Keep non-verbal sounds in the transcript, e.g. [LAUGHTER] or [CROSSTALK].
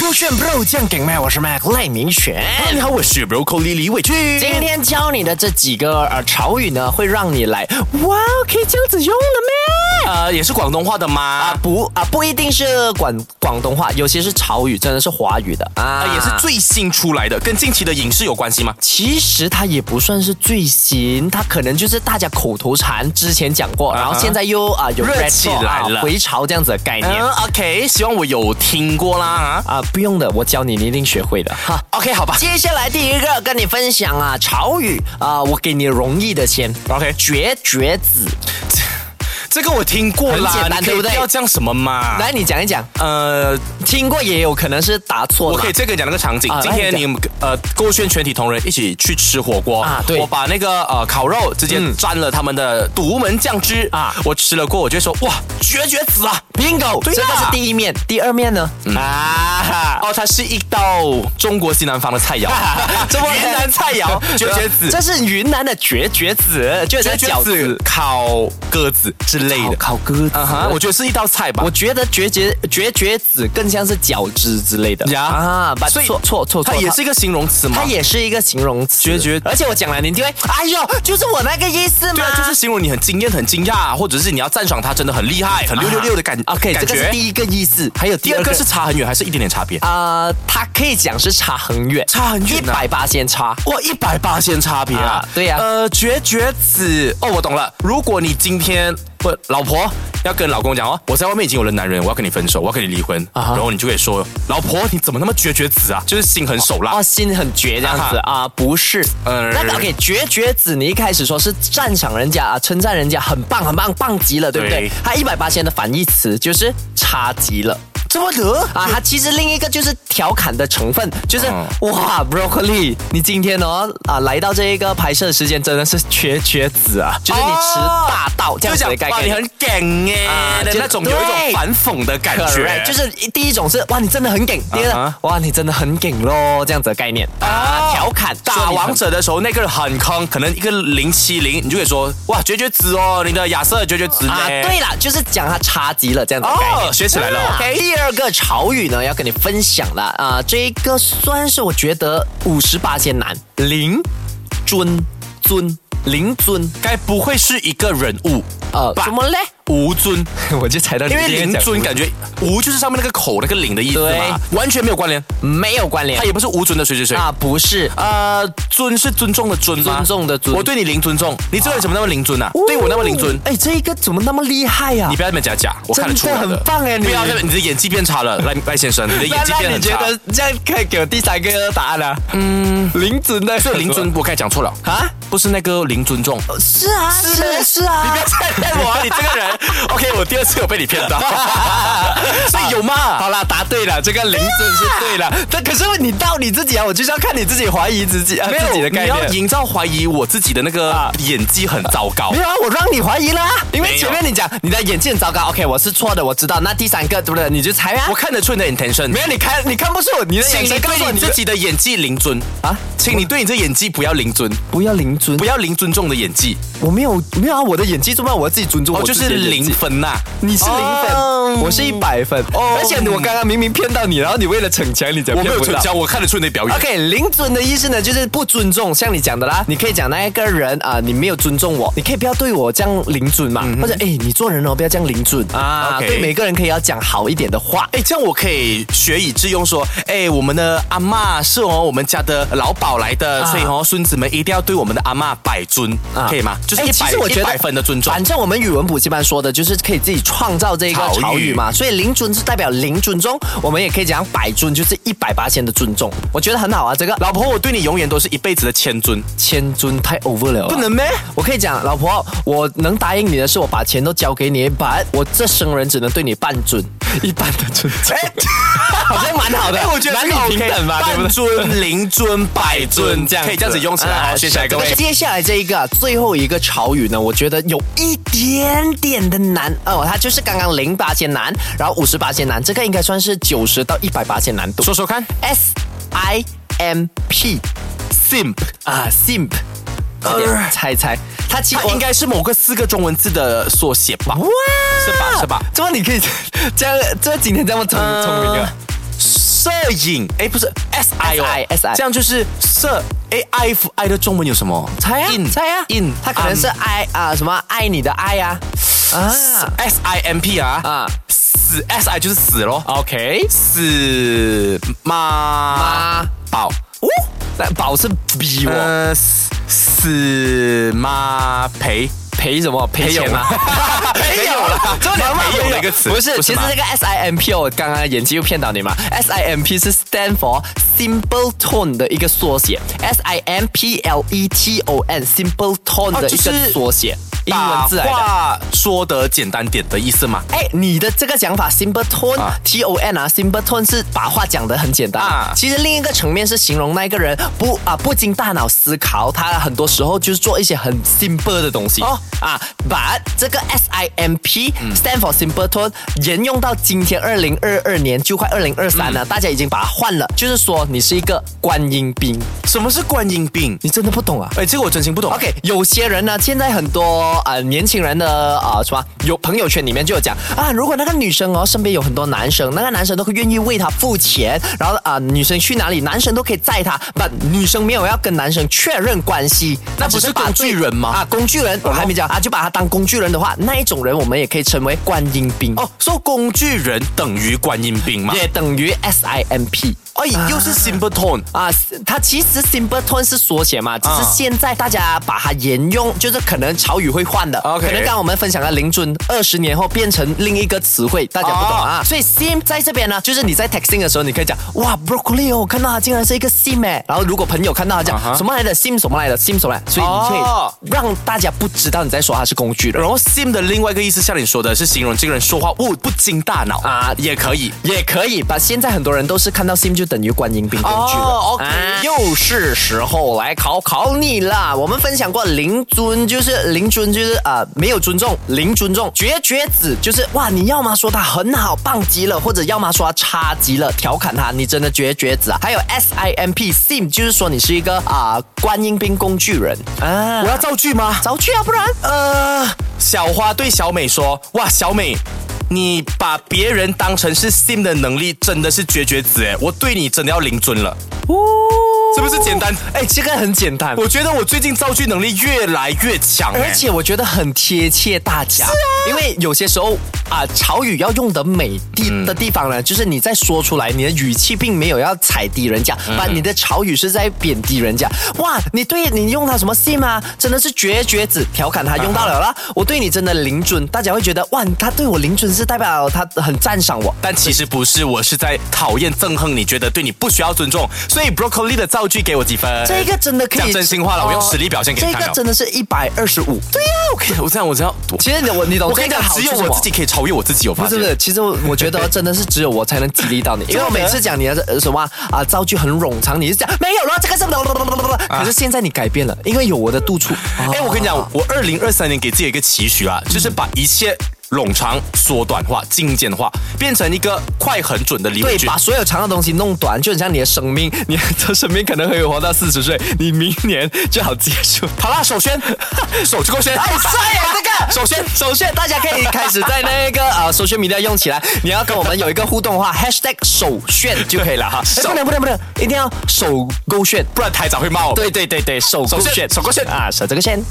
勾选 bro 酱梗麦，我是 Mac 赖明全。 Hello，你好，我是 Broccoli 李伟俊。今天教你的这几个呃潮语呢，会让你来哇，可以这样子用了咩？呃，也是广东话的吗？啊啊、不啊不一定是广广东话，有些是潮语，真的是华语的啊呃也是最新出来的，跟近期的影视有关系吗？其实它也不算是最新，它可能就是大家口头禅之前讲过，然后现在又啊、有热起 retro，啊来了回潮这样子的概念嗯，OK，希望我有听过啦啊。啊，不用的，我教你，你一定学会的哈。 OK，好吧。接下来第一个跟你分享啊，潮语啊、我给你容易的先。 OK 绝绝子，这个我听过啦，很简单你可以对不对要讲什么嘛？来，你讲一讲，呃，啊听过也有可能是答错我了。可以这个讲那个场景啊。今来天你你们呃，勾选全体同仁一起去吃火锅啊对嗯我把那个呃烤肉直接沾了他们的独门酱汁啊啊，我吃了过，我就说哇，绝绝子啊！ bingo，对这啦个是第一面，第二面呢？ [LAUGHS] 啊，哦，它是一道中国西南方的菜 [LAUGHS] 肴，这么云南菜 [LAUGHS] 肴绝绝子。这是云南的绝绝子，就是绝绝饺子子、烤鸽子之类的。烤鸽子。啊哈，我觉得是一道菜吧我。觉得绝绝绝绝子更像是饺子之类的呀啊，把错错错错，它也是一个形容词吗？它也是一个形容词，决绝而且我讲了，你就会，哎呦，就是我那个意思嘛。对啊，就是形容你很惊艳、很惊讶，啊或者是你要赞赏它真的很厉害、很六六六的感啊 OK，感这个是觉。第一个意思，还有第第二二个个是差很远，还是一点点差别？啊，它可以讲是差很远，差很一远啊百八先差。哇，一百八线差别啊对呀呃，绝绝子，哦，我懂了。如果你今天不，老婆要跟老公讲哦，我在外面已经有了男人，我要跟你分手，我要跟你离婚，啊哈然后你就可以说，老婆你怎么那么绝绝子啊？就是心狠手辣。哦，心很绝这样子啊，不是，呃那个 OK，绝绝子，你一开始说是赞赏人家啊，称赞人家很棒很棒，棒极了，对不对对？它一百八千的反义词就是差极了。这么得啊，它其实另一个就是调侃的成分，就是、嗯哇，broccoli，你今天哦啊来到这一个拍摄时间真的是绝绝子啊，就是你吃大道、这哦就样子讲的概哇，你念。很梗哎、啊的就那种有一种对反讽的感觉 Correct，就是第一种是哇你真的很梗，第二啊个哇你真的很梗咯这样子的概念啊，调侃打王。者的时候，那个人很坑，可能一个零七零，你就可以说哇，绝绝子哦，你的亚瑟绝绝子说呢你很啊，对了，就是讲它差极了这样子的概念。哦，学起来了。啊第二个潮语呢，要跟你分享了啊、这一个算是我觉得五十八先难，零尊尊零尊，该不会是一个人物呃，吧怎么嘞？吴尊， [LAUGHS] 我就猜到因为林尊感感觉吴就是上面那个口那个领的意思嘛，完全没有关联，没有关联他也不是吴尊的谁谁谁。啊，不是呃，哦尊是尊重的尊吗？尊重的尊我对你零尊重，你这个人怎么那么零尊啊？对我那么零尊哦，哎，这一个怎么那么厉害啊呀、你不要那么假假，我看得出来真的很棒哎你不要那么，你的演技变差了，赖赖先生，你的演技那变 [LAUGHS] 那很你觉差。得这样可以给我第三个答案啊？嗯，零尊的这零尊我刚才讲错了 [LAUGHS] 啊，不是那个零尊重。你是啊，是啊是啊不要再 [LAUGHS] 骗我啊！你这个人，OK，我第二次有被你骗 [LAUGHS] 到，所以有嘛？好啦，答对了，这个零字是对了。但 [LAUGHS] 可是你到你自己啊，我就是要看你自己怀疑自己啊，自己的概你要念。营造怀疑我自己的那个演技很糟糕没。有啊，我让你怀疑了啊，因为没有前面你讲你的眼镜很糟糕，OK，我是错的，我知道。那第三个对不对？你就猜啊 [LAUGHS] 我。看得出你的 intention，没有，你看你看不出你的请眼你神，告诉对我你你自己的演技零尊啊啊，请你对你这演技不要零尊，不要零尊不，要零尊重的演技，我没有没有啊，我的演技重要，我要自己尊重哦，我就自己是的演技零，分呐。你是零哦分，我是一百分。哦而且我刚刚明明骗到你，然后你为了逞强，你才我骗没有不成到。交，我看得出你的表演。 OK，零尊的意思呢，就是不尊重，像你讲的啦，你可以讲那一个人啊、你没有尊重我，你可以不要对我这样零尊嘛，或者哎，你做人哦，不要这样零尊啊 OK 对每个人可以要讲好一点的话。哎，这样我可以学以致用，说，哎，我们的阿嬷是哦我们家的老鸨来的，啊所以哦，孙子们一定要对我们的阿嬷百尊，啊可以吗？就是哎一其百实我觉得一百分的尊重。反正我们语文补习班说的就是可以自己创造这个潮语潮语嘛，所以零尊是代表零尊重，我们也可以讲百尊，就是一百八千的尊重，我觉得很好啊。这个老婆，我对你永远都是一辈子的千尊，千尊太 over 了啊，不能咩？ [LAUGHS] 我可以讲，老婆，我能答应你的是，我把钱都交给你，把我这生人只能对你半尊， [LAUGHS] 一半的尊重，好像蛮好的。哎，我觉得这男女个 OK，平等嘛，对不半对？尊、零尊、百 [LAUGHS] 尊，这样子啊可以这样子用起来。好，谢谢各位。接下来这一个啊最后一个潮语呢，我觉得有一点点的难哦，它就是刚刚零八千难，然后五十八千难，这个应该算是九十到一百八千难度。说说看 S I M P ，simp 啊，simp 快点猜猜，它其它我应该是某个四个中文字的缩写吧？哇，是吧？是吧？怎么你可以 [LAUGHS] 这样？这今天这么聪聪明啊？摄影，哎，不是 S I 哦 SI SI 这样就是摄 A I F I 的中文有什么？猜啊 In，猜啊 in，它可能是爱啊什么爱你的爱啊啊 S I M P 啊啊啊，死 S I 就是死咯， ，OK，死妈啊，宝，哦，那宝是逼我呃，死死妈陪赔什么赔钱吗？没有了，这么没有了一个词，不是，其实吗这个 S I M P 我刚刚眼睛又骗到你嘛，S I M P 是 stand for simple tone 的一个缩写，S I M P L E T O N simple tone 哦的一就个是缩写，英把文字来的。话说得简单点的意思嘛。哎，你的这个讲法 simple tone、啊 T O N 啊，simple tone 是把话讲得很简单。啊其实另一个层面是形容那一个人不啊不经大脑思考，他很多时候就是做一些很 simple 的东西。哦嗯啊，but 这个 S I M P stand for simple tone，沿用到今天二零二二年，就快二零二三嗯了，大家已经把它换了，就是说你是一个观音兵，什么是观音病？你真的不懂啊。哎，这个我真心不懂。 OK，有些人呢，现在很多呃年轻人的啊、呃、什么有朋友圈里面就有讲啊，如果那个女生哦身边有很多男生，那个男生都会愿意为她付钱，然后啊、呃女生去哪里，男生都可以载她，但女生没有要跟男生确认关系，那不是她只把工具人吗啊，工具人我还没讲啊，就把她当工具人的话，那一种人我们也可以称为观音兵哦，说工具人等于观音病吗？也等于 S I M P。哎，又是 simple tone。啊，它其实 simple tone 是缩写嘛，只是啊现在大家把它沿用，就是可能潮语会换的。 OK 可能刚刚我们分享的零尊，二十年后变成另一个词汇，大家不懂啊。所以 sim 在这边呢，啊就是你在 texting 的时候，你可以讲哇 broccoli 哦，我看到它竟然是一个 sim 哎。然后如果朋友看到他讲、啊哈什么来的 sim 什么来的 sim 什么来的，所以哦你可以让大家不知道你在说他是工具人然。后 sim 的另外一个意思，像你说的是形容这个人说话不不经大脑啊啊，也可以。也可以把现在很多人都是看到 sim 就等于观音兵工具了。啊哦，OK 又是时候来考考你啦！我们分享过零尊，就是零尊就是呃没有尊重，零尊重；绝绝子就是哇，你要么说他很好，棒极了，或者要么说他差极了，调侃他，你真的绝绝子啊！还有 S I M P sim 就是说你是一个啊、观音兵工具人啊，我要造句吗？早去啊，不然呃，小花对小美说：“哇，小美，你把别人当成是 sim 的能力真的是绝绝子哎，我对你真的要零尊了，是不是简单？哎、这个很简单。我觉得我最近造句能力越来越强哎，而且我觉得很贴切大家，因为有些时候啊、潮语要用的美地的地方呢，就是你在说出来，你的语气并没有要踩低人家，嗯把、你的潮语是在贬低人家。哇，你对你用他什么 sim 啊，真的是绝绝子，调侃他用到了嗯啦。我对你真的零尊，大家会觉得哇，他对我零尊是代表他很赞赏我。但其实不是，我是在讨厌憎恨你，觉得对你不需要尊重，所以 broccoli 的造句给我几分？这个真的可以哦讲真心话了，我用实力表现给你这看个了。真的是一百二十五。对呀、我跟你我这样我这样，我其实你我你懂我跟你这讲个，好只有处是什我么自己可以超越我自己，我发不是现。不是，其实我我觉得真的是只有我才能激励到 [LAUGHS] 你，因为我每次讲你的呃什么啊啊造句很冗长，你是讲没有了，这个是可是现在你改变了，因为有我的督促。哎、我跟你讲，哦我二零二三年给自己一个期许嗯啊，就是把一切冗长、缩短化、精简化，变成一个快、很准的离对婚，句把。所有长的东西弄短，就很像你的生命，你的生命可能会活到四十岁，你明年就 [LAUGHS] 好结束。好啦，首先， [LAUGHS] 手机过先，哎，帅啊，这 [LAUGHS] 个 [LAUGHS] 首先，首先，大家可以开始在那个呃首选米料用起来。你要跟我们有一个互动的话，#hashtag 首选就可以了哈。哎手不能不能不能，一定要手勾选。不然台长会骂我。对对对对，手勾手选线，手勾线啊，手这个线。